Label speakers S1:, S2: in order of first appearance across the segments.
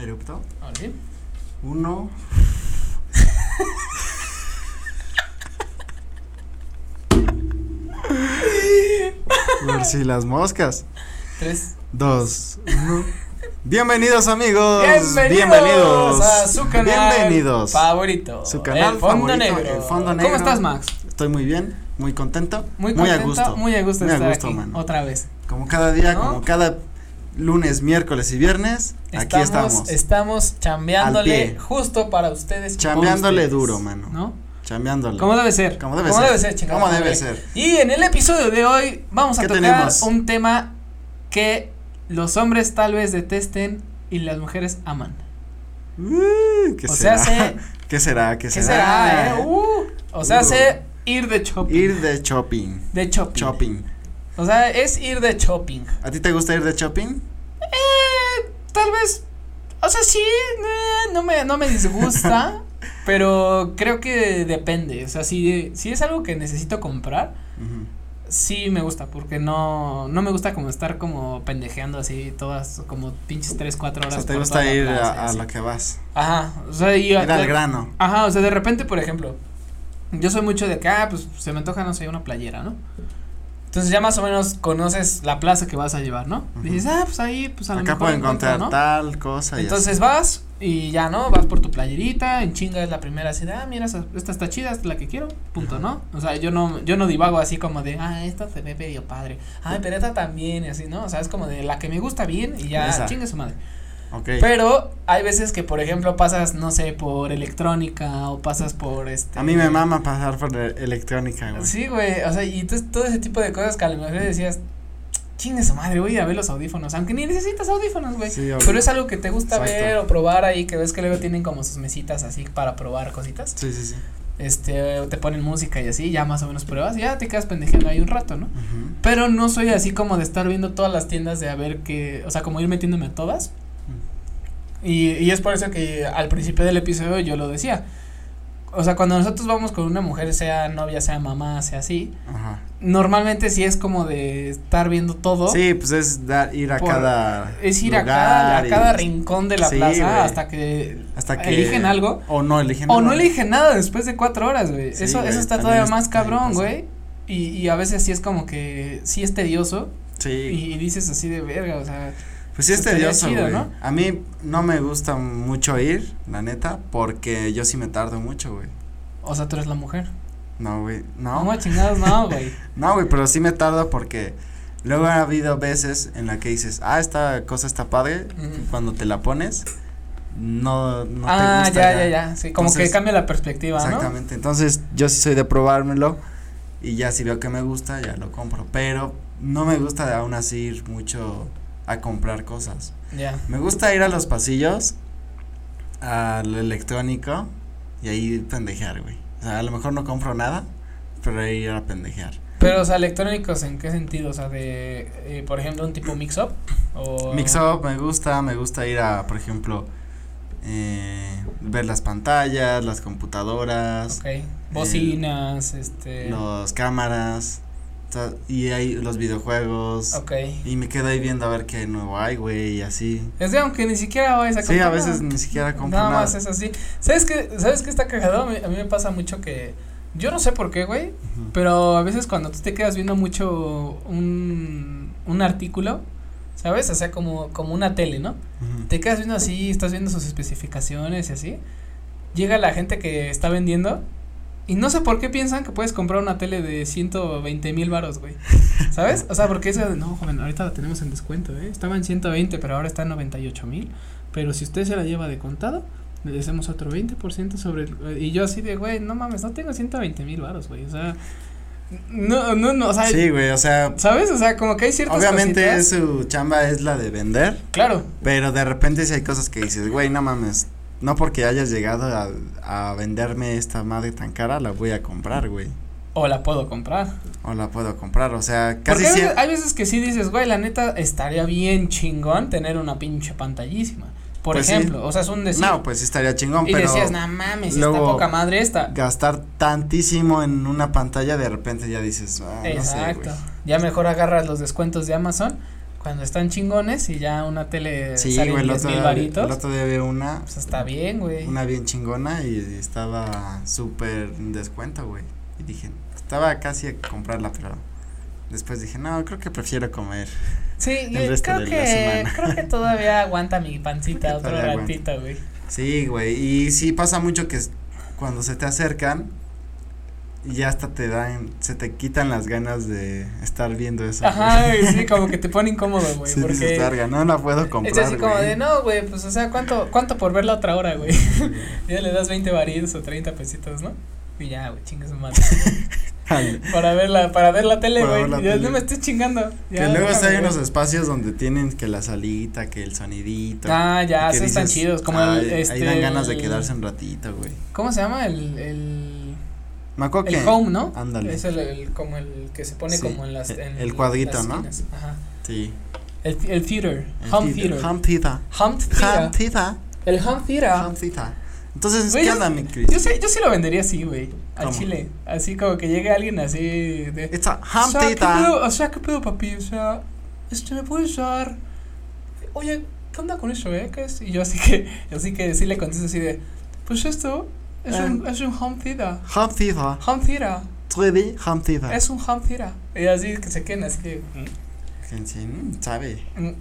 S1: Erupto.
S2: ¿Alguien?
S1: Uno. Por si las moscas.
S2: Tres.
S1: Dos. Uno. Bienvenidos amigos.
S2: Bienvenidos, a su canal
S1: Bienvenidos.
S2: favorito.
S1: Su canal
S2: el fondo
S1: favorito,
S2: negro.
S1: El Fondo Negro.
S2: ¿Cómo estás, Max?
S1: Estoy muy bien, muy contento.
S2: Muy
S1: a
S2: contento,
S1: gusto.
S2: Muy a gusto
S1: Muy
S2: de
S1: a
S2: estar
S1: gusto,
S2: aquí
S1: mano.
S2: otra vez.
S1: Como cada día,
S2: ¿No?
S1: como cada lunes, miércoles y viernes, aquí estamos.
S2: Estamos chambeándole
S1: Al pie.
S2: justo para ustedes. y por
S1: Chambeándole
S2: ustedes,
S1: duro, mano.
S2: ¿No?
S1: Chambeándole.
S2: ¿Cómo debe ser?
S1: Como debe
S2: ¿Cómo
S1: ser.
S2: Debe ser chingada
S1: Como
S2: madre?
S1: debe ser.
S2: Y en el episodio de hoy vamos a
S1: ¿Qué
S2: tocar
S1: tenemos?
S2: un tema que los hombres tal vez detesten y las mujeres aman.
S1: Uh, ¿Qué
S2: O sea,
S1: será?
S2: se-
S1: ¿Qué será? ¿Qué,
S2: ¿Qué será, eh? Uh, o sea,
S1: Uh.
S2: hace ir de shopping.
S1: Ir de shopping.
S2: de shopping.
S1: Shopping.
S2: O sea, es ir de shopping.
S1: ¿A ti te gusta ir de shopping?
S2: Eh, tal vez. O sea, sí, eh, no, me, no me disgusta. pero creo que depende. O sea, si, si es algo que necesito comprar,
S1: Ujú.
S2: sí me gusta. Porque no, no me gusta como estar como pendejeando así todas, como pinches 3, 4
S1: O
S2: horas.
S1: sea, te
S2: por
S1: gusta
S2: toda la
S1: ir
S2: plaza y
S1: a, a
S2: así.
S1: lo que vas.
S2: Ajá. O sea, y.
S1: Ir al grano.
S2: Ajá, o sea, de repente, por ejemplo, yo soy mucho de acá, pues se me antoja, no sé, una playera, ¿no? Entonces ya más o menos conoces la plaza que vas a llevar, ¿no?
S1: Ujú.
S2: Dices, ah, pues ahí, pues a lo
S1: Acá
S2: mejor
S1: puedo
S2: encuentro,
S1: encontrar
S2: ¿no?
S1: tal cosa. y
S2: Entonces vas y ya, ¿no? Vas por tu playerita, en chinga es la primera así, de, ah, mira, esa- esta está chida, esta es la que quiero, punto, ¿no? O sea, yo no, yo no divago así como de, ah, esta se ve medio padre, ay, pero esta también, y así, ¿no? O sea, es como de la que me gusta bien y ya,
S1: Esa.
S2: chingue su madre.
S1: así. Ok.
S2: Pero hay veces que, por ejemplo, pasas, no sé, por electrónica o pasas por este.
S1: a mí me mama pasar por el- electrónica, güey.
S2: Sí, güey. O sea, y entonces todo ese tipo de cosas que a lo mejor decías, chingue su madre, voy a ir a ver los audífonos. Aunque ni necesitas audífonos, güey.
S1: Sí, obvio.
S2: Pero es algo que te gusta
S1: Exacto.
S2: ver o probar ahí, que ves que luego tienen como sus mesitas así para probar cositas.
S1: Sí, sí, sí.
S2: Este, te ponen música y así, ya más o menos pruebas, y ya te quedas pendejeando ahí un rato, ¿no?
S1: Ujú,
S2: Pero no soy así como de estar viendo todas las tiendas de a ver qué, o sea, como ir metiéndome a todas. Y, y es por eso que al principio del episodio yo lo decía. O sea, cuando nosotros vamos con una mujer, sea novia, sea mamá, sea así,
S1: Ajá.
S2: normalmente sí es como de estar viendo todo.
S1: Sí, pues es dar, ir a
S2: Por-
S1: cada.
S2: Es ir a
S1: lugar
S2: cada, a
S1: y-
S2: cada rincón de la
S1: Sí,
S2: plaza
S1: güey.
S2: hasta que
S1: Hasta que.
S2: eligen algo.
S1: O no eligen
S2: O
S1: algo.
S2: no eligen nada después de cuatro horas, güey.
S1: Sí,
S2: eso,
S1: güey,
S2: eso está
S1: también
S2: todavía
S1: está
S2: más
S1: bien
S2: cabrón,
S1: pasado.
S2: güey. Y, y a veces sí es como que sí es tedioso
S1: Sí.
S2: y, y dices así de verga, o sea,
S1: Pues sí es
S2: Estaría
S1: tedioso,
S2: chido,
S1: güey.
S2: ¿no?
S1: A mí no me gusta mucho ir, la neta, porque yo sí me tardo mucho, güey.
S2: o sea, tú eres la mujer.
S1: No, güey,
S2: No,
S1: no.
S2: chingados, no, güey.
S1: No, güey, pero sí me tardo porque luego ha habido veces en la que dices, ah, esta cosa está padre,
S2: Ujú.
S1: cuando te la pones, no, no
S2: ah,
S1: te gusta.
S2: ya, ya, ya, Sí, como
S1: Entonces-
S2: que cambia la perspectiva, ¿no?
S1: Exactamente, entonces yo sí soy de probármelo y ya si veo que me gusta, ya lo compro, pero no me gusta aún así ir mucho a comprar cosas.
S2: Ya.
S1: Me gusta ir a los pasillos, al electrónico y ahí pendejear, güey. O sea, a lo mejor no compro nada, pero ahí ir a pendejear.
S2: Pero, o sea, electrónicos, ¿en qué sentido? O sea, de, eh, por ejemplo, un tipo mix-up o...
S1: Mix Up me gusta, me gusta ir a, por ejemplo, eh, ver las pantallas, las computadoras,
S2: Ok, bocinas, este...
S1: las cámaras ta- y ahí los videojuegos.
S2: Ok.
S1: Y me quedo ahí viendo a ver qué nuevo hay, güey, y así.
S2: Es que aunque ni siquiera vayas a
S1: Sí, a
S2: comprar
S1: veces
S2: nada,
S1: ni siquiera compro
S2: Nada
S1: nada.
S2: más es así. ¿Sabes qué? ¿Sabes qué está cagado? A mí, a mí me pasa mucho que... Yo no sé por qué, güey,
S1: Ujú.
S2: pero a veces cuando tú te quedas viendo mucho un, un artículo, ¿sabes? O sea, como, como una tele, ¿no?
S1: Ujú.
S2: te quedas viendo así, estás viendo sus especificaciones y así. Llega la gente que está vendiendo y no sé por qué piensan que puedes comprar una tele de 120 mil varos, güey. ¿Sabes? O sea, porque eso de, no, joven, ahorita la tenemos en descuento, ¿eh? Estaba en 120, pero ahora está en 98 mil. Pero si usted se la lleva de contado, le hacemos otro 20% sobre... el- y yo así de, güey, no mames, no tengo 120 mil varos, güey. O sea, no, no, no, o sea...
S1: Sí, güey, o sea,
S2: ¿Sabes? O sea, como que hay ciertas
S1: obviamente
S2: cositas-
S1: su chamba es la de vender,
S2: Claro,
S1: pero de repente si hay cosas que dices, güey, no mames, no porque hayas llegado a, a venderme esta madre tan cara, la voy a comprar, güey.
S2: o la puedo comprar.
S1: O la puedo comprar, o sea,
S2: Porque
S1: casi
S2: hay veces-
S1: siempre.
S2: hay veces que sí dices, güey, la neta estaría bien chingón tener una pinche pantallísima. Por
S1: Pues sí.
S2: ejemplo, o sea, es un decir.
S1: No, pues sí estaría chingón,
S2: y
S1: pero
S2: decías, no mames, está
S1: luego-
S2: poca madre esta.
S1: gastar tantísimo en una pantalla de repente ya dices, ah, no sé,
S2: Exacto.
S1: güey.
S2: ya mejor agarras los descuentos de Amazon cuando están chingones y ya una tele
S1: Sí,
S2: sale
S1: güey,
S2: en
S1: el
S2: 10
S1: otro,
S2: Eh, mil
S1: día, vi- el
S2: varitos,
S1: otro día vi una,
S2: pues está bien, güey.
S1: una bien chingona y estaba súper en descuento, güey. Y dije, estaba casi a comprarla, pero después dije, no, creo que prefiero comer.
S2: Sí, yo
S1: resto
S2: creo
S1: de la
S2: que,
S1: semana.
S2: creo que todavía aguanta mi pancita
S1: Creo que
S2: otro
S1: todavía aguanta.
S2: ratito, güey.
S1: Sí, güey, y sí pasa mucho que s- cuando se te acercan, ya hasta te dan, se te quitan las ganas de estar viendo eso.
S2: Ajá,
S1: güey.
S2: güey, sí, como que te pone incómodo, güey,
S1: Sí, dices,
S2: porque
S1: "Verga, no la puedo comprar,
S2: es así como
S1: güey".
S2: de, no, güey, pues, o sea, ¿cuánto, cuánto por verla otra hora, güey? ya le das 20 varitos o 30 pesitos, ¿no? Y ya, güey, chingas madre.
S1: Al-
S2: para verla, para ver la tele,
S1: Para
S2: güey,
S1: ver la
S2: ya
S1: tele.
S2: no me estés chingando.
S1: Que
S2: ya,
S1: luego sí
S2: déjame,
S1: hay
S2: güey.
S1: unos espacios donde tienen que la salita, que el sonidito.
S2: Ah, ya,
S1: y que
S2: esos están
S1: dices,
S2: chidos, como
S1: "Ay,
S2: el, este.
S1: Ahí dan ganas de
S2: el-
S1: quedarse un ratito, güey.
S2: ¿Cómo se llama? El, el,
S1: Me acuerdo que.
S2: el home, ¿no?
S1: Ándale.
S2: Es el, el- como el que se pone
S1: Sí,
S2: como en las.
S1: el-
S2: en
S1: el cuadrito,
S2: las
S1: ¿no?
S2: esquinas, Ajá.
S1: Sí.
S2: El, el theater,
S1: el
S2: home
S1: theater,
S2: theater.
S1: Home theater.
S2: Home
S1: Home
S2: theater.
S1: theater.
S2: El home theater.
S1: home theater. Entonces,
S2: Güey,
S1: ¿qué
S2: yo-
S1: onda, mi
S2: Yo
S1: Chris?
S2: sí, yo sí lo vendería así, güey, al
S1: ¿Cómo?
S2: chile. Así como que llegue alguien así de.
S1: It's a
S2: o
S1: home
S2: sea, ¿qué
S1: theater.
S2: pedo? O sea, ¿qué pedo, papi? O sea, este me puedes dar. Oye, ¿qué onda con eso, eh? ¿Qué es? Y yo así que, así que sí le contesto así de, pues esto es,
S1: Ah.
S2: un, es un home theater.
S1: Home theater.
S2: Home theater.
S1: 3D home theater.
S2: Es un home theater. Y así que se queden así de,
S1: Que sí, mm, sabe. Eh,
S2: mm, mm, mm,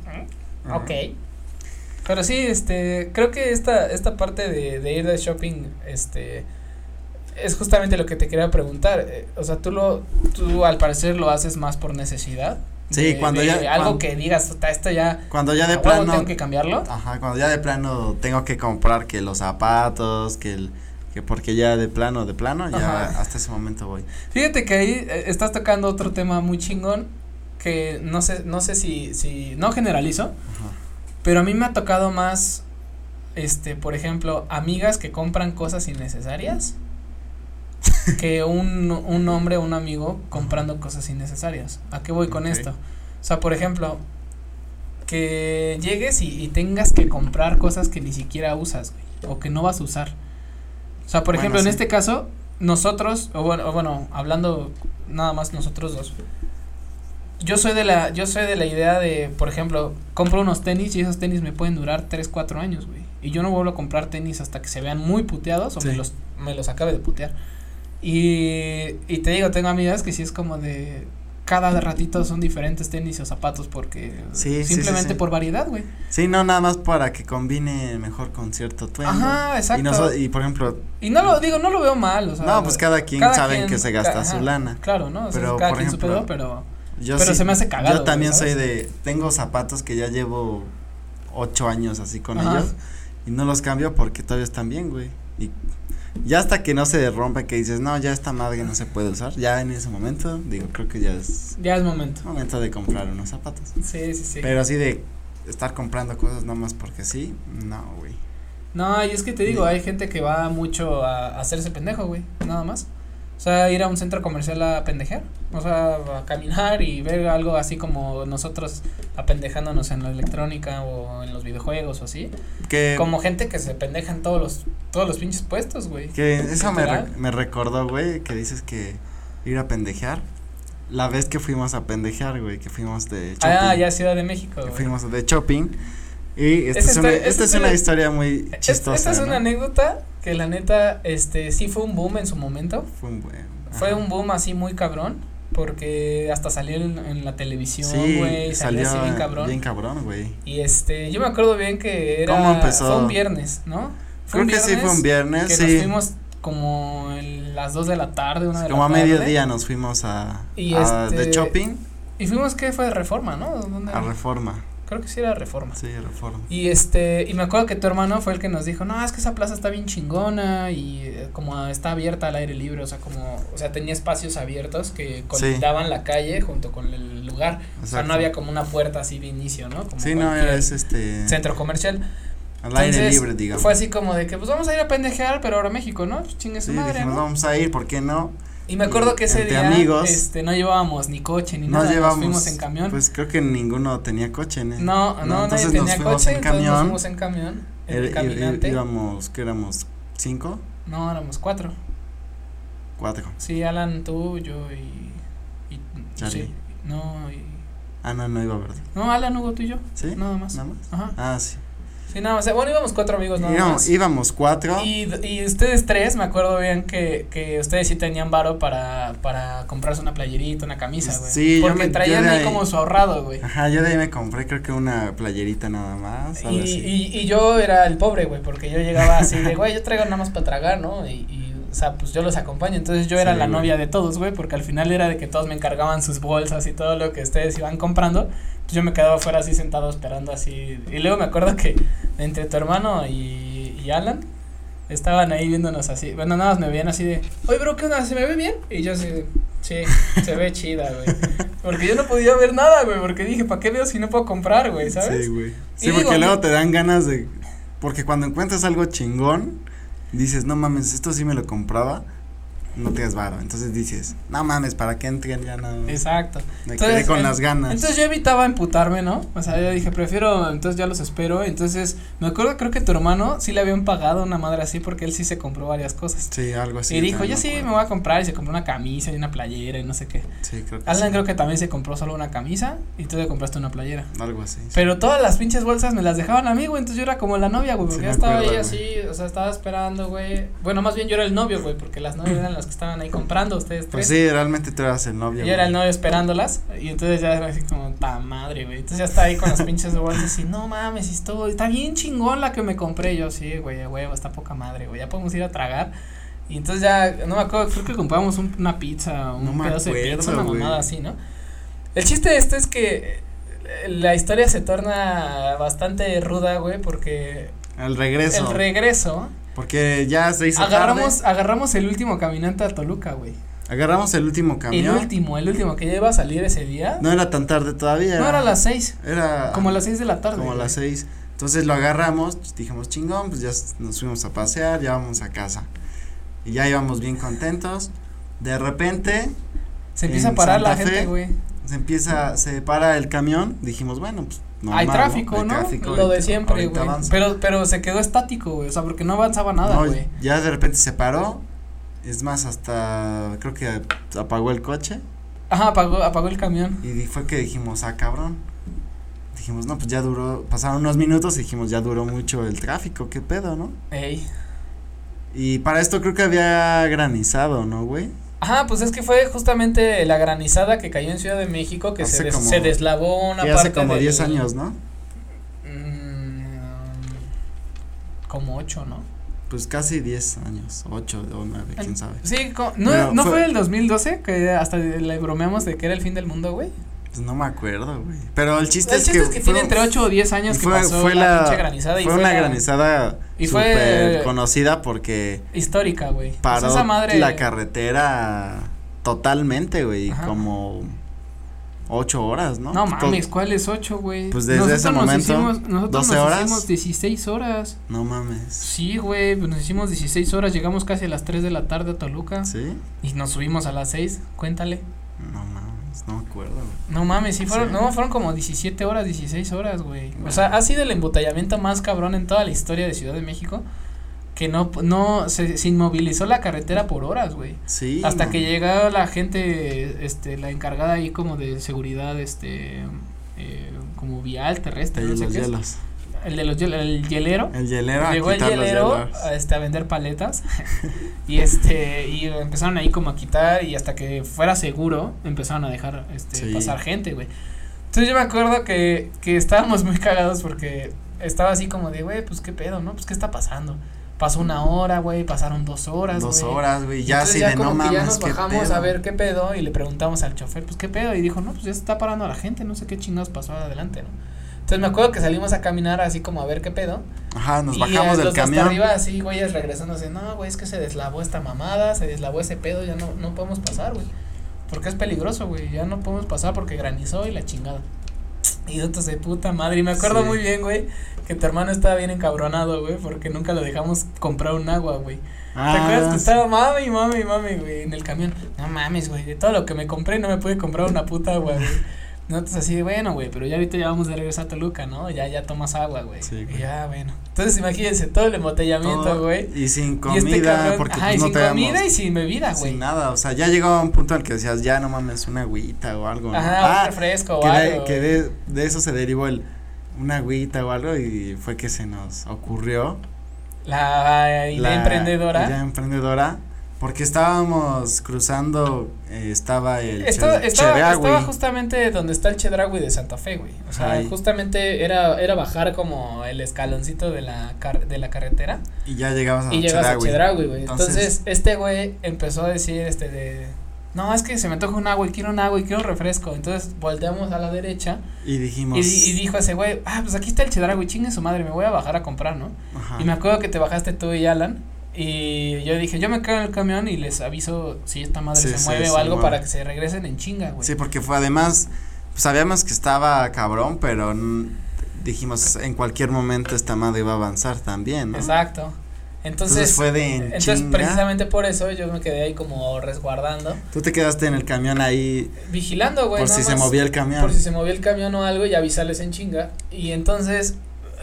S1: Ajá.
S2: ok. Pero sí, este, creo que esta, esta parte de, de ir de shopping, este, es justamente lo que te quería preguntar. Eh, O sea, tú lo, tú al parecer lo haces más por necesidad.
S1: Sí,
S2: de-
S1: cuando
S2: de
S1: ya- cuan-
S2: Algo que digas, "Puta, esto ya,
S1: Cuando ya de
S2: a huevo
S1: plano.
S2: Ah, tengo que cambiarlo.
S1: Ajá, cuando ya de plano tengo que comprar que los zapatos, que el. Que porque ya de plano, de plano, ya
S2: Ajá.
S1: hasta ese momento voy.
S2: Fíjate que ahí eh, estás tocando otro tema muy chingón que no sé, no sé si, si, no generalizo,
S1: Ajá.
S2: pero a mí me ha tocado más, este, por ejemplo, amigas que compran cosas innecesarias que un, un hombre o un amigo comprando cosas innecesarias. ¿A qué voy con
S1: Ok.
S2: esto? O sea, por ejemplo, que llegues y, y tengas que comprar cosas que ni siquiera usas, güey, o que no vas a usar. O sea, por
S1: Bueno,
S2: ejemplo, en
S1: sí.
S2: este caso, nosotros, o bueno, o bueno, hablando nada más nosotros dos. Yo soy de la, yo soy de la idea de, por ejemplo, compro unos tenis y esos tenis me pueden durar 3, 4 años, güey. Y yo no vuelvo a comprar tenis hasta que se vean muy puteados o me
S1: Sí.
S2: los, me los acabe de putear. Y, y te digo, tengo amigas que sí es como de cada ratito son diferentes tenis o zapatos porque
S1: Sí, sí, sí,
S2: simplemente
S1: sí.
S2: por variedad, güey.
S1: Sí, no, nada más para que combine mejor con cierto atuendo.
S2: Ajá, exacto.
S1: Y, noso- y por ejemplo,
S2: Y no lo digo, no lo veo mal, o sea.
S1: no, pues cada quien
S2: cada
S1: sabe en
S2: quien,
S1: qué se
S2: ca-
S1: gasta
S2: ajá.
S1: su lana.
S2: Claro, ¿no? O sea,
S1: Pero,
S2: cada
S1: por
S2: quien su
S1: ejemplo,
S2: pedo, pero.
S1: Yo
S2: Pero
S1: sí-
S2: se me hace cagado,
S1: Yo
S2: güey,
S1: también
S2: ¿sabes?
S1: soy de, tengo zapatos que ya llevo ocho años así con
S2: Ajá.
S1: ellos y no los cambio porque todavía están bien, güey. Y ya hasta que no se rompe que dices, no, ya esta madre no se puede usar, ya en ese momento, digo, creo que ya es
S2: Ya es momento.
S1: momento de comprar unos zapatos.
S2: Sí, sí, sí.
S1: Pero así de estar comprando cosas nomás porque sí, no, güey.
S2: No, y es que te digo, hay gente que va mucho a, a hacerse pendejo, güey, nada más. O sea, ir a un centro comercial a pendejear, o sea, a caminar y ver algo así como nosotros apendejándonos en la electrónica o en los videojuegos o así.
S1: Que
S2: Como gente que se pendeja en todos los, todos los pinches puestos, güey.
S1: Que eso me,
S2: Literal.
S1: rec- me recordó, güey, que dices que ir a pendejear. La vez que fuimos a pendejear, güey, que fuimos de shopping.
S2: Ah, ya Ciudad de México,
S1: Que
S2: güey.
S1: fuimos de shopping. Y esta es,
S2: Esa
S1: una,
S2: histo- esa
S1: esta es
S2: historia-
S1: una historia muy
S2: Es-
S1: chistosa.
S2: Esta es una
S1: ¿no?
S2: anécdota que la neta, este, sí fue un boom en su momento.
S1: Fue un buen.
S2: Fue
S1: ajá.
S2: un boom así muy cabrón, porque hasta salió en, en la televisión,
S1: Sí,
S2: güey, salió,
S1: salió eh,
S2: así bien cabrón.
S1: Bien cabrón, güey.
S2: Y este, yo me acuerdo bien que era
S1: ¿Cómo empezó?
S2: fue un viernes, ¿no? Fue
S1: Creo
S2: un
S1: que sí fue un viernes,
S2: que
S1: sí.
S2: nos fuimos como el- las 2 de la tarde, una de
S1: Como
S2: la
S1: a
S2: tarde.
S1: mediodía nos fuimos a,
S2: Y
S1: a-
S2: este-
S1: de shopping
S2: Y fuimos que fue Reforma, ¿no? ¿Dónde
S1: a
S2: era?
S1: Reforma.
S2: Creo que sí era Reforma.
S1: Sí, Reforma.
S2: Y este, y me acuerdo que tu hermano fue el que nos dijo, "No, es que esa plaza está bien chingona y eh, como está abierta al aire libre, o sea, como, o sea, tenía espacios abiertos que conectaban la calle junto con el lugar." O sea,
S1: Exacto.
S2: no había como una puerta así de inicio, ¿no? Como
S1: Sí, no,
S2: cualquier
S1: era ese, este.
S2: centro comercial.
S1: Al aire
S2: Entonces,
S1: libre, digamos.
S2: Fue así como de que, pues vamos a ir a pendejear, pero ahora a México, ¿no? Pues, Chingue su
S1: Sí,
S2: madre.
S1: dijimos,
S2: ¿no?
S1: vamos a ir, ¿por qué no?
S2: Y me acuerdo que ese
S1: entre
S2: día
S1: amigos.
S2: este, no llevábamos ni coche ni
S1: No
S2: nada.
S1: llevamos.
S2: Nos fuimos en camión.
S1: Pues creo que ninguno tenía coche, ¿no?
S2: no, no, nadie
S1: entonces
S2: tenía
S1: nos fuimos
S2: coche.
S1: en
S2: entonces nos
S1: camión.
S2: fuimos en camión. En
S1: Er-
S2: el
S1: ir- ir-
S2: caminante.
S1: íbamos, ¿qué éramos? ¿Cinco?
S2: no, éramos cuatro.
S1: Cuatro.
S2: Sí, Alan, tú, yo y. y-
S1: Charlie.
S2: sí, no, y.
S1: Ah, no, no iba a verlo.
S2: No, Alan, Hugo, tú y yo.
S1: ¿Sí?
S2: Nada más.
S1: ¿Nada más?
S2: Ajá.
S1: Ah, sí.
S2: Sí, nada más. Bueno, íbamos cuatro amigos Pues nada
S1: Íbamos-
S2: más.
S1: íbamos cuatro.
S2: Y, y ustedes tres, me acuerdo bien que, que ustedes sí tenían varo para, para comprarse una playerita, una camisa, güey.
S1: Sí, yo
S2: Porque
S1: me- yo
S2: traían
S1: de
S2: ahí
S1: ahí-
S2: como su ahorrado, güey.
S1: Ajá, yo de ahí me compré creo que una playerita nada más.
S2: Y,
S1: algo así.
S2: y, y yo era el pobre, güey, porque yo llegaba así de, güey, yo traigo nada más para tragar, ¿no? Y, y, o sea, pues yo los acompaño. Entonces yo era
S1: Sí,
S2: la
S1: güey.
S2: novia de todos, güey, porque al final era de que todos me encargaban sus bolsas y todo lo que ustedes iban comprando. Entonces yo me quedaba afuera así sentado esperando así. Y luego me acuerdo que entre tu hermano y, y Alan estaban ahí viéndonos así. Bueno, nada más me veían así de, oye, bro, ¿qué onda? ¿Se me ve bien? Y yo así de, sí, se ve chida, güey. Porque yo no podía ver nada, güey, porque dije, ¿para qué veo si no puedo comprar, güey, sabes?
S1: Sí, güey. Sí,
S2: Y
S1: porque
S2: digo,
S1: luego
S2: no-
S1: te dan ganas de. Porque cuando encuentras algo chingón, dices, no mames, esto sí me lo compraba. No tienes varo. Entonces dices, no mames, ¿para qué entren ya no?
S2: Exacto.
S1: me quedé
S2: entonces,
S1: con
S2: en-
S1: las ganas.
S2: Entonces yo evitaba emputarme, ¿no? O sea, yo dije, prefiero, entonces ya los espero. Entonces, me acuerdo, creo que tu hermano sí le habían pagado una madre así porque él sí se compró varias cosas.
S1: sí, algo así.
S2: y dijo,
S1: también
S2: yo sí me
S1: acuerdo.
S2: voy a comprar. Y se compró una camisa y una playera y no sé qué.
S1: Sí, creo que
S2: Alan
S1: sí,
S2: creo que también se compró solo una camisa y tú le compraste una playera.
S1: Algo así. sí.
S2: Pero todas las pinches bolsas me las dejaban a mí, güey. Entonces yo era como la novia, güey.
S1: Sí,
S2: Porque
S1: me
S2: ya estaba
S1: acuerdo,
S2: ahí así, o sea, estaba esperando, güey. Bueno, más bien yo era el novio, güey. Porque las novias eran las que estaban ahí comprando, ustedes tres.
S1: Pues sí, realmente tú eras el novio.
S2: ¿eh? Yo era el
S1: güey.
S2: novio esperándolas y entonces ya era así como, ta madre, güey. Entonces ya está ahí con las pinches bolsas y no mames, esto está bien chingón la que me compré. Yo, sí, güey, a huevo, está poca madre, güey. Ya podemos ir a tragar. Y entonces ya, no me acuerdo, creo que compramos un- una pizza, un
S1: No me
S2: pedazo de pizza,
S1: acuerdo,
S2: una
S1: güey.
S2: mamada así, ¿no? El chiste de esto es que eh, la historia se torna bastante ruda, güey, porque
S1: El regreso.
S2: el regreso
S1: porque ya se hizo
S2: agarramos
S1: tarde.
S2: agarramos el último caminante a Toluca, güey.
S1: Agarramos el último
S2: El
S1: camión.
S2: último, el último que ya iba a salir ese día.
S1: No era tan tarde todavía.
S2: No, era a las seis.
S1: Era.
S2: Como a las seis de la tarde.
S1: como a
S2: güey.
S1: las seis. Entonces lo agarramos, dijimos chingón, pues ya s- nos fuimos a pasear, ya vamos a casa. Y ya íbamos bien contentos. De repente
S2: Se empieza a
S1: en
S2: parar la
S1: Santa
S2: gente,
S1: Fe,
S2: güey.
S1: se empieza, se para el camión. Dijimos, bueno, pues normal,
S2: Hay tráfico,
S1: Hay
S2: ¿no?
S1: tráfico,
S2: Lo de
S1: ahorita-
S2: siempre,
S1: ahorita
S2: güey.
S1: avanza.
S2: Pero, pero se quedó estático, güey. O sea, porque no avanzaba nada,
S1: No,
S2: güey.
S1: ya de repente se paró. Es más, hasta creo que apagó el coche.
S2: Ajá, apagó, apagó el camión.
S1: Y di- fue que dijimos, ah, cabrón. Dijimos, no, pues ya duró, pasaron unos minutos y dijimos, ya duró mucho el tráfico, qué pedo, ¿no?
S2: Ey.
S1: Y para esto creo que había granizado, ¿no, güey?
S2: Ajá, pues es que fue justamente la granizada que cayó en Ciudad de México que se,
S1: Hace
S2: des-
S1: como-
S2: se deslavó una
S1: Que
S2: parte.
S1: hace como
S2: del-
S1: 10 años, ¿no?
S2: Mm, como ocho, ¿no?
S1: Pues casi 10 años, 8 o 9, quién sabe.
S2: Sí, co- no,
S1: Pero
S2: ¿no
S1: fue-
S2: fue... el 2012 que hasta le bromeamos de que era el fin del mundo, güey.
S1: Pues no me acuerdo, güey. Pero el chiste,
S2: El chiste es que tiene
S1: fue-
S2: entre 8 o 10 años
S1: y
S2: que pasó la, pinche granizada y
S1: fue
S2: fue
S1: una
S2: la
S1: granizada
S2: y fue-
S1: súper conocida porque
S2: histórica, güey. Pues
S1: paró
S2: esa madre
S1: la carretera totalmente, güey,
S2: Ajá.
S1: como 8 horas, ¿no?
S2: No
S1: Pues
S2: mames,
S1: to-
S2: ¿cuál es 8, güey?
S1: Pues desde ese
S2: nos
S1: momento,
S2: hicimos- nosotros
S1: 12
S2: nos
S1: horas.
S2: hicimos 16 horas.
S1: No mames.
S2: Sí, güey, pues nos hicimos 16 horas, llegamos casi a las 3 de la tarde a Toluca
S1: ¿Sí?
S2: y nos subimos a las 6, cuéntale.
S1: No mames, no me acuerdo. güey.
S2: No mames, sí fueron,
S1: Sí.
S2: no, fueron como 17 horas, 16 horas, güey.
S1: Bueno.
S2: O sea, ha sido el embotellamiento más cabrón en toda la historia de Ciudad de México que no no se, se inmovilizó la carretera por horas, güey.
S1: Sí.
S2: Hasta
S1: no.
S2: que llegó la gente, este, la encargada ahí como de seguridad, este, eh, como vial terrestre,
S1: Ahí
S2: no sé
S1: los
S2: qué es.
S1: hielos.
S2: El de los hiel- el hielero.
S1: El hielero a
S2: Llegó el
S1: quitar los
S2: hielero
S1: hielos.
S2: a, este, a vender paletas y este y empezaron ahí como a quitar y hasta que fuera seguro empezaron a dejar este,
S1: Sí.
S2: pasar gente, güey. Entonces yo me acuerdo que, que estábamos muy cagados porque estaba así como de, güey, pues qué pedo, ¿no? Pues qué está pasando. Pasó una hora, güey, pasaron dos horas.
S1: Dos
S2: güey.
S1: horas, güey. Ya
S2: Entonces
S1: así de no
S2: como que
S1: mames.
S2: ya nos
S1: qué
S2: bajamos
S1: pedo".
S2: a ver qué pedo y le preguntamos al chofer, pues qué pedo. Y dijo, no, pues ya se está parando la gente, no sé qué chingados pasó adelante, ¿no? Entonces me acuerdo que salimos a caminar así como a ver qué pedo.
S1: Ajá, nos
S2: y,
S1: bajamos
S2: eh,
S1: del
S2: los de hasta
S1: camión.
S2: arriba así, güeyes, regresando así, no, güey, es que se deslavó esta mamada, se deslavó ese pedo, ya no, no podemos pasar, güey. Porque es peligroso, güey, ya no podemos pasar porque granizó y la chingada. Y nosotros de puta madre, y me acuerdo
S1: Sí.
S2: muy bien, güey, que tu hermano estaba bien encabronado, güey, porque nunca lo dejamos comprar un agua, güey.
S1: Ah,
S2: ¿Te acuerdas que
S1: sí.
S2: estaba mami, mami, mami, güey, en el camión? No mames, güey, de todo lo que me compré no me pude comprar una puta agua, güey. Notas así, bueno, güey, pero ya ahorita ya vamos de regreso a Toluca, ¿no? Ya, ya tomas agua, güey.
S1: Sí,
S2: y
S1: güey.
S2: ya, bueno. Entonces, imagínense todo el embotellamiento,
S1: Todo-
S2: güey.
S1: Y sin
S2: Y
S1: comida,
S2: este cabrón,
S1: porque
S2: ajá,
S1: pues,
S2: y
S1: no
S2: sin
S1: te
S2: comida y sin bebida, güey.
S1: sin nada, o sea, ya llegaba un punto en el que decías, ya no mames, una agüita o algo. ¿no?
S2: Ajá,
S1: Ah,
S2: un refresco o
S1: que de,
S2: algo.
S1: que de, de eso se derivó el una agüita o algo y fue que se nos ocurrió
S2: La idea emprendedora.
S1: idea emprendedora porque estábamos cruzando eh, estaba el
S2: Estaba,
S1: Che-
S2: estaba-
S1: Chedraui.
S2: estaba justamente donde está el Chedragui de Santa Fe, güey. O sea,
S1: Ay.
S2: justamente era, era bajar como el escaloncito de la, car- de la carretera
S1: y ya llegabas a
S2: y llegas a
S1: Chedraui.
S2: Chedragui, güey. Entonces,
S1: Ah, Entonces-
S2: este güey empezó a decir, este, de, no, es que se me antoja un agua y quiero un agua y quiero un refresco. Entonces, volteamos a la derecha
S1: y dijimos
S2: y, di- y dijo ese güey, ah, pues aquí está el Chedragui, chingue su madre, me voy a bajar a comprar, ¿no?
S1: ajá,
S2: Y me acuerdo que te bajaste tú y Alan. Y yo dije, yo me quedo en el camión y les aviso si esta madre
S1: Sí,
S2: se
S1: sí,
S2: mueve o
S1: se
S2: algo
S1: mueve.
S2: para que se regresen en chinga, güey.
S1: sí porque fue además pues, sabíamos que estaba cabrón pero n- dijimos en cualquier momento esta madre iba a avanzar también ¿no?
S2: Exacto.
S1: entonces,
S2: Entonces,
S1: fue de en
S2: entonces
S1: chinga.
S2: precisamente por eso yo me quedé ahí como resguardando,
S1: tú te quedaste en el camión ahí
S2: vigilando, güey.
S1: por
S2: nada
S1: si se
S2: más,
S1: movía el camión
S2: Por si se movía el camión o algo y avisarles en chinga. Y entonces,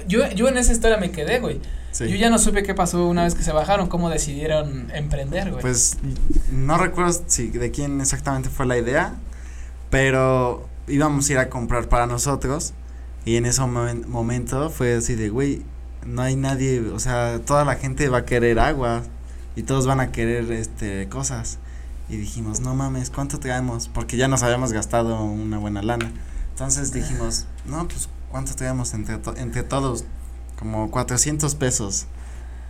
S2: yo, yo en esa historia me quedé, güey.
S1: Sí.
S2: Yo ya no supe qué pasó una vez que se bajaron, cómo decidieron emprender, güey.
S1: Pues no recuerdo si de quién exactamente fue la idea, pero íbamos a ir a comprar para nosotros y en ese momen- momento fue así de, güey, no hay nadie, o sea, toda la gente va a querer agua y todos van a querer este cosas. Y dijimos, no mames, ¿cuánto traemos? Porque ya nos habíamos gastado una buena lana. Entonces dijimos, no, pues ¿cuánto traemos entre, to- entre todos? Como 400 pesos.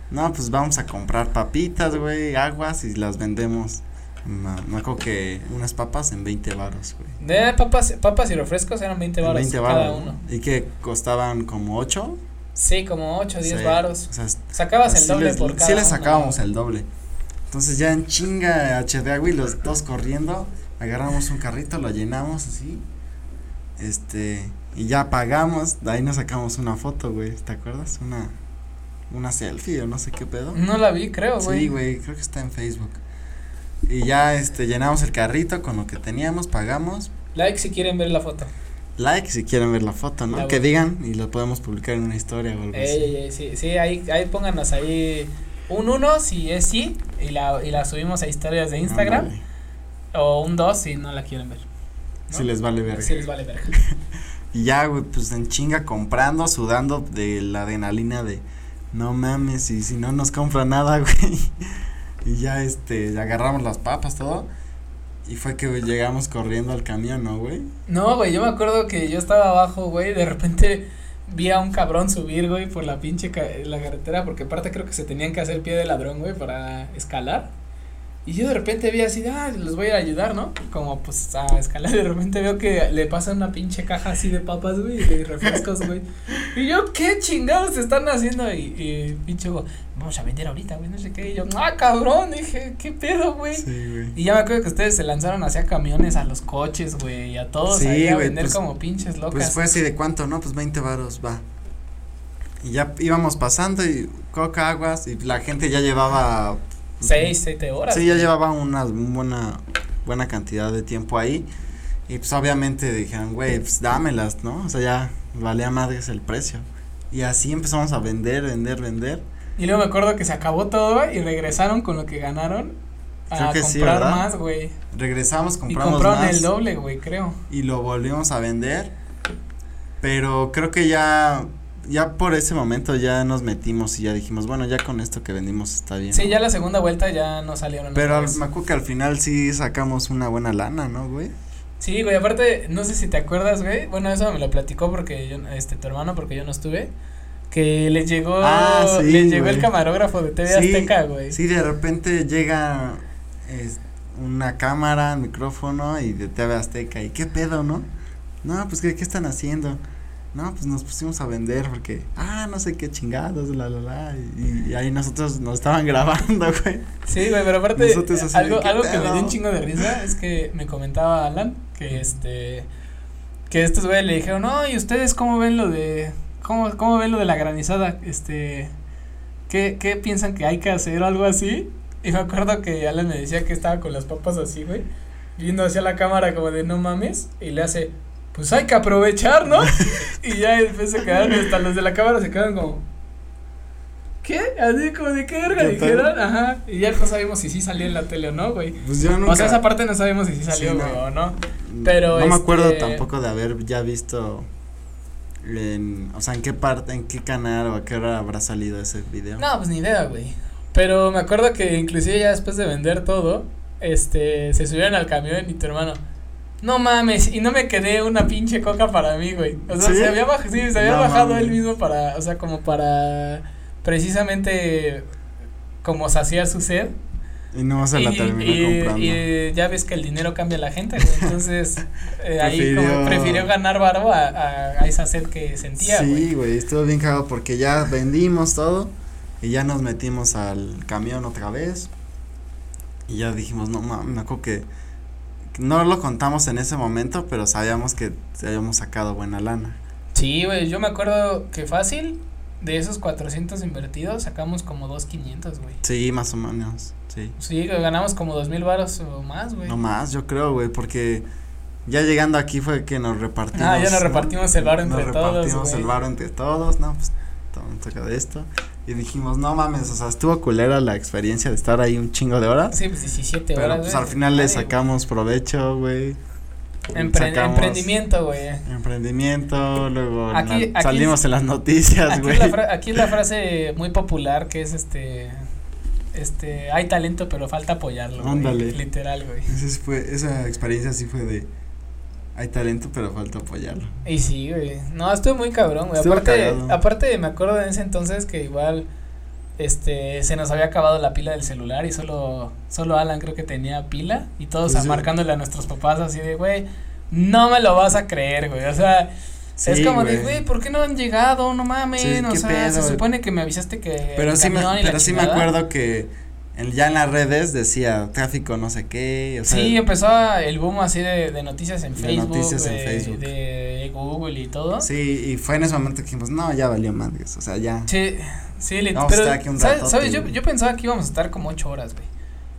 S1: No, pues vamos a comprar papitas, güey, aguas y las vendemos. No, me acuerdo que unas papas en 20 varos, güey.
S2: de papas, papas y refrescos eran 20
S1: En
S2: baros
S1: 20
S2: cada
S1: varos, ¿no?
S2: uno.
S1: Y que costaban como 8.
S2: Sí, como 8 o 10
S1: Sí,
S2: varos.
S1: O sea,
S2: Sacabas el
S1: sí
S2: doble
S1: les-
S2: por cada
S1: Sí les sacábamos
S2: uno.
S1: el doble. Entonces ya en chinga HD, güey, los dos corriendo, agarramos un carrito, lo llenamos así. Este, y ya pagamos, de ahí nos sacamos una foto, güey, ¿te acuerdas? Una una selfie o no sé qué pedo.
S2: No la vi, creo, güey.
S1: ¿eh? Sí, güey, creo que está en Facebook. Y ya este llenamos el carrito con lo que teníamos, pagamos.
S2: Like si quieren ver la foto.
S1: Like si quieren ver la foto, ¿no?
S2: Ah,
S1: que
S2: bueno.
S1: digan y lo podemos publicar en una historia o algo
S2: Ey,
S1: así.
S2: ey, ey, sí, sí, ahí, ahí pónganos ahí un 1 si es sí y la, y la subimos a historias de Instagram
S1: Ándale,
S2: o un 2 si no la quieren ver. ¿no?
S1: Si les vale verga.
S2: Si les vale verga.
S1: Y ya, güey, pues en chinga comprando, sudando de la adrenalina de no mames, y si no nos compra nada, güey. Y ya, este, ya agarramos las papas, todo. Y fue que llegamos corriendo al camión, ¿no, güey?
S2: No, güey, yo me acuerdo que yo estaba abajo, güey, de repente vi a un cabrón subir, güey, por la pinche ca- la carretera, porque aparte creo que se tenían que hacer pie de ladrón, güey, para escalar. Y yo de repente vi así, de, ah, los voy a ayudar, ¿no? Como pues a escalar, de repente veo que le pasan una pinche caja así de papas, güey, y de refrescos, güey. Y yo, ¿qué chingados están haciendo? Y, y pinche, güey, vamos a vender ahorita, güey, no sé qué. Y yo, ah, cabrón, dije, ¿qué pedo, güey?
S1: Sí, güey.
S2: Y ya me acuerdo que ustedes se lanzaron hacia camiones, a los coches, güey, y a todos
S1: Sí,
S2: ahí a
S1: güey,
S2: vender
S1: pues-
S2: como pinches locas.
S1: Pues fue así de cuánto, ¿no? Pues 20 varos, va. Y ya íbamos pasando y coca, aguas, y la gente ya llevaba.
S2: Seis, siete horas.
S1: Sí, ya llevaba una buena, buena cantidad de tiempo ahí. Y pues obviamente dijeron, güey, pues dámelas, ¿no? O sea, ya valía madres el precio. Y así empezamos a vender, vender, vender.
S2: Y luego me acuerdo que se acabó todo güey, y regresaron con lo que ganaron a
S1: Creo que
S2: comprar
S1: sí, ¿verdad?
S2: más, güey.
S1: Regresamos,
S2: Y
S1: compramos
S2: compraron
S1: más
S2: el doble, güey, creo.
S1: y lo volvimos a vender. Pero creo que ya, ya por ese momento ya nos metimos y ya dijimos, bueno, ya con esto que vendimos está bien.
S2: Sí,
S1: ¿no?
S2: ya la segunda vuelta ya no salieron.
S1: Pero al-
S2: otra vez.
S1: me acuerdo que al final sí sacamos una buena lana, ¿no, güey?
S2: Sí, güey, aparte, no sé si te acuerdas, güey. Bueno, eso me lo platicó porque yo, este, tu hermano, porque yo no estuve. Que les llegó,
S1: Ah, sí,
S2: les llegó el
S1: güey.
S2: camarógrafo de TV Azteca, güey.
S1: Sí, de repente llega es, una cámara, micrófono y de TV Azteca. ¿Y qué pedo, no? No, pues, ¿qué, qué están haciendo? No, pues nos pusimos a vender porque, ah, no sé qué chingados, la, la, la. Y, y ahí nosotros nos estaban grabando, güey.
S2: Sí, güey, pero aparte,
S1: Nosotros así de,
S2: algo,
S1: ¿qué
S2: algo que me
S1: pedo?
S2: dio un chingo de risa es que me comentaba Alan que este, que estos güeyes le dijeron, no, ¿y ustedes cómo ven lo de, cómo, cómo ven lo de la granizada? Este, ¿qué, qué piensan que hay que hacer o algo así? Y me acuerdo que Alan me decía que estaba con las papas así, güey, viendo hacia la cámara como de, no mames, y le hace, pues hay que aprovechar, ¿no? y ya después se quedaron, hasta los de la cámara se quedaron como, ¿qué? Así como de qué verga
S1: ¿Qué
S2: dijeron,
S1: tal?
S2: ajá. Y ya no sabemos si sí salió en la tele o no, güey.
S1: Pues yo nunca.
S2: O sea, esa parte no sabemos si sí salió,
S1: Sí,
S2: güey,
S1: no.
S2: o no. pero,
S1: no me acuerdo
S2: este-
S1: tampoco de haber ya visto en, o sea, en qué parte, en qué canal o a qué hora habrá salido ese video.
S2: No, pues ni idea, güey. Pero me acuerdo que inclusive ya después de vender todo, este, se subieron al camión y tu hermano, no mames, y no me quedé una pinche coca para mí, güey. O sea,
S1: ¿Sí?
S2: se había, baj- sí, se había
S1: No
S2: bajado
S1: mames.
S2: él mismo para, o sea, como para precisamente como saciar su sed.
S1: Y no se la
S2: y,
S1: terminó
S2: y-
S1: comprando.
S2: y ya ves que el dinero cambia a la gente, güey. Entonces, eh, ahí como
S1: Prefirió-
S2: prefirió ganar varo a, a, a esa sed que sentía, güey.
S1: sí, güey, estuvo bien cagado porque ya vendimos todo y ya nos metimos al camión otra vez. Y ya dijimos, no mames, me acuerdo que no lo contamos en ese momento, pero sabíamos que habíamos sacado buena lana.
S2: Sí, güey, yo me acuerdo que fácil, de esos 400 invertidos, sacamos como 2.500, güey.
S1: Sí, más o menos, sí.
S2: Sí, que ganamos como 2.000 varos o más, güey.
S1: No más, yo creo, güey, porque ya llegando aquí fue que nos repartimos.
S2: Ah, ya nos
S1: ¿no?
S2: repartimos el varo entre
S1: Nos
S2: todos,
S1: repartimos
S2: güey.
S1: el varo entre todos, no, pues toma, toca de esto. Y dijimos, no mames, o sea, estuvo culera la experiencia de estar ahí un chingo de horas.
S2: Sí, pues 17
S1: pero
S2: horas,
S1: pues
S2: güey.
S1: al final le
S2: Ay, güey.
S1: sacamos provecho, güey.
S2: Empre-
S1: Sacamos
S2: Emprendimiento, güey.
S1: Emprendimiento, luego en
S2: Aquí-
S1: la-
S2: aquí-
S1: salimos en las noticias,
S2: Aquí
S1: güey.
S2: es, la fra- aquí es la frase muy popular que es este, este, hay talento pero falta apoyarlo, güey.
S1: Ándale.
S2: Literal, güey.
S1: Entonces fue, esa experiencia sí fue de, hay talento, pero falta apoyarlo.
S2: Y sí, güey. No, estuve muy cabrón, güey.
S1: Estuvo
S2: Aparte,
S1: cagado.
S2: aparte me acuerdo en ese entonces que igual este se nos había acabado la pila del celular y solo solo Alan creo que tenía pila y todos
S1: Sí, sí.
S2: marcándole a nuestros papás así de, güey, no me lo vas a creer, güey. O sea, es
S1: Sí,
S2: como de, güey, ¿por qué no han llegado? No mames,
S1: Sí,
S2: o
S1: qué
S2: sea,
S1: pedo,
S2: se
S1: güey.
S2: supone que me avisaste que
S1: Pero
S2: el
S1: sí me,
S2: camión y la
S1: pero sí me
S2: chingada".
S1: acuerdo que en- ya en las redes decía tráfico no sé qué, o sea,
S2: Sí, empezó el boom así de, de noticias en
S1: De
S2: Facebook,
S1: noticias en
S2: de-
S1: Facebook.
S2: de Google y todo.
S1: sí, y fue en ese momento que dijimos, no, ya valió madres, o sea, ya,
S2: Sí, sí, lit-
S1: Vamos a
S2: pero,
S1: estar aquí un
S2: ¿sabes?
S1: ratote,
S2: ¿sabes? Yo,
S1: güey.
S2: yo pensaba que íbamos a estar como ocho horas, güey.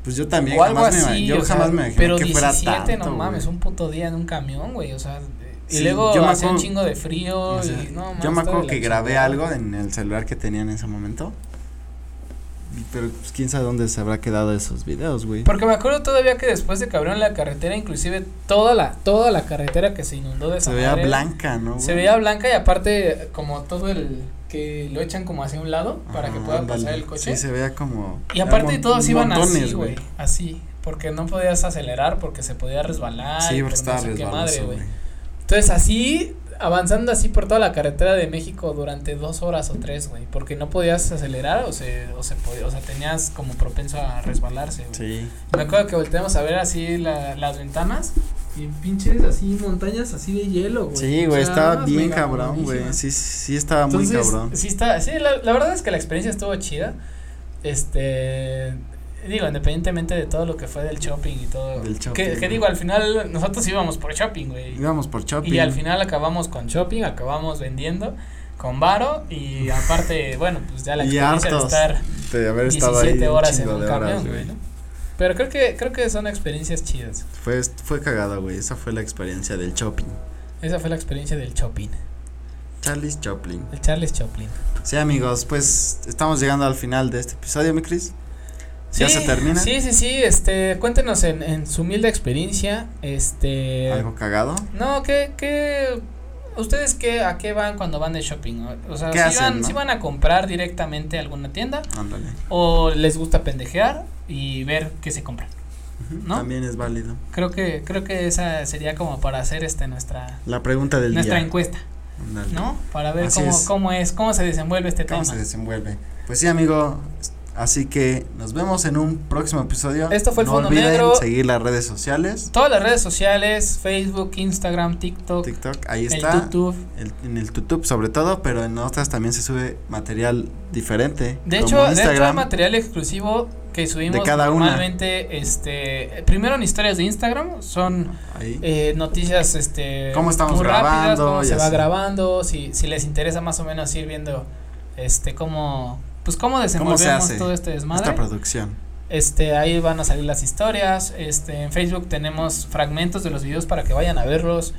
S1: pues yo también
S2: o algo
S1: jamás me,
S2: así.
S1: yo
S2: o sea,
S1: jamás me imaginé
S2: pero
S1: que fuera
S2: 17,
S1: tanto,
S2: no mames,
S1: güey.
S2: un puto día en un camión, güey, o sea, eh, y
S1: Sí,
S2: luego
S1: yo me
S2: hacía un
S1: acuerdo-
S2: chingo de frío
S1: O sea,
S2: y no mames.
S1: yo me
S2: estaba
S1: acuerdo
S2: de la
S1: que grabé
S2: chingada.
S1: algo en el celular que tenía en ese momento. y- Pero pues, quién sabe dónde se habrá quedado esos videos, güey.
S2: Porque me acuerdo todavía que después de que abrieron la carretera, inclusive toda la toda la carretera que se inundó de esa
S1: Se veía
S2: madre,
S1: blanca, ¿no?
S2: Se
S1: güey?
S2: veía blanca y aparte como todo el que lo echan como hacia un lado para que
S1: Ajá,
S2: pueda pasar
S1: Ah, ándale.
S2: el coche.
S1: Sí, se veía como.
S2: Y aparte
S1: mon-
S2: todos iban así,
S1: montones,
S2: güey, así, porque no podías acelerar porque se podía resbalar. y
S1: Sí, porque
S2: por no
S1: estaba
S2: sé qué
S1: resbaloso,
S2: madre,
S1: güey.
S2: Entonces así, avanzando así por toda la carretera de México durante dos horas o tres, güey, porque no podías acelerar o se, o se podía, o sea, tenías como propenso a resbalarse, güey.
S1: Sí.
S2: Me acuerdo que volteamos a ver así la- las ventanas y pinches así montañas así de hielo, güey.
S1: Sí,
S2: O
S1: güey,
S2: sea,
S1: estaba
S2: unas
S1: bien
S2: mega
S1: cabrón, güey.
S2: mamonísimas.
S1: Sí, sí, sí estaba muy
S2: Entonces,
S1: cabrón.
S2: Sí, está, sí la, la verdad es que la experiencia estuvo chida. Este, digo, independientemente de todo lo que fue del shopping y todo.
S1: Del shopping,
S2: Que, que
S1: güey.
S2: digo, al final nosotros íbamos por shopping, güey.
S1: Íbamos por shopping.
S2: Y al final acabamos con shopping, acabamos vendiendo con varo y aparte, bueno, pues ya la
S1: Y
S2: experiencia de
S1: hartos.
S2: estar
S1: de haber estado ahí
S2: 17
S1: un
S2: horas en
S1: chingo
S2: un
S1: de horas,
S2: camión, güey, ¿no? Pero creo que creo que son experiencias chidas.
S1: Fue, fue cagada, güey. Esa fue la experiencia del shopping.
S2: Esa fue la experiencia del Chopin,
S1: Charles Chaplin.
S2: el Charles Choplin.
S1: Sí, amigos, pues estamos llegando al final de este episodio, mi Cris. ¿Ya se termina?
S2: Sí, sí, sí, este, cuéntenos en, en su humilde experiencia, este.
S1: Algo cagado.
S2: No, ¿qué, qué, ustedes qué, a qué van cuando van de shopping? O- O sea,
S1: ¿Qué
S2: si,
S1: hacen,
S2: van,
S1: no?
S2: si van a comprar directamente a alguna tienda
S1: Ándale.
S2: o les gusta pendejear y ver qué se compran.
S1: Ujú,
S2: ¿No?
S1: También es válido.
S2: Creo que, creo que esa sería como para hacer este nuestra,
S1: La pregunta del
S2: nuestra
S1: día.
S2: encuesta,
S1: Ándale.
S2: ¿no? Para ver
S1: Así
S2: cómo
S1: es.
S2: cómo es, cómo se desenvuelve este
S1: ¿Cómo
S2: tema.
S1: se desenvuelve? Pues sí, amigo. Así que nos vemos en un próximo episodio.
S2: Esto fue El
S1: no
S2: Fondo
S1: olviden
S2: Negro.
S1: seguir las redes sociales.
S2: Todas las redes sociales, Facebook, Instagram, TikTok,
S1: TikTok, ahí
S2: el
S1: está.
S2: YouTube.
S1: el- en el YouTube sobre todo, pero en otras también se sube material diferente.
S2: De
S1: como
S2: hecho, de hecho hay
S1: Instagram.
S2: material exclusivo que subimos
S1: cada una.
S2: normalmente, este, primero en historias de Instagram, son
S1: ahí.
S2: eh, noticias, este,
S1: Cómo estamos grabando
S2: cómo
S1: y
S2: se va
S1: así.
S2: grabando, si, si les interesa más o menos ir viendo, este, cómo, pues cómo desenvolvemos
S1: hace
S2: todo este desmadre,
S1: esta producción.
S2: este, ahí van a salir las historias, este, en Facebook tenemos fragmentos de los videos para que vayan a verlos,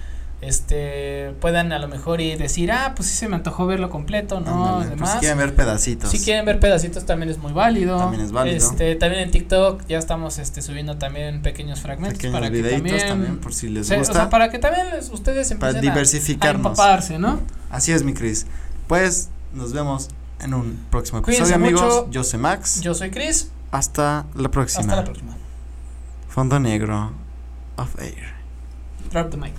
S2: este, puedan a lo mejor y decir, ah, pues sí se me antojó verlo completo, ¿no?
S1: Ándale, pues
S2: Además,
S1: si quieren ver pedacitos.
S2: si quieren ver pedacitos también es muy válido.
S1: También es válido.
S2: Este, también en TikTok ya estamos este, subiendo también pequeños fragmentos
S1: pequeños
S2: para
S1: videitos
S2: que también,
S1: también, por si les
S2: se- o
S1: gusta.
S2: sea, para que también les- ustedes
S1: para
S2: empiecen a- a,
S1: diversificarnos.
S2: empaparse, ¿no?
S1: Así es, mi Cris. Pues nos vemos en un próximo episodio,
S2: Cuídense
S1: amigos.
S2: mucho.
S1: Yo soy Max.
S2: Yo soy Chris,
S1: Hasta la próxima.
S2: hasta la próxima.
S1: Fondo negro. Of air.
S2: Drop the mic.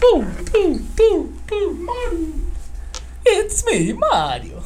S2: Boom, boom, boom, boom, Mario. It's me, Mario.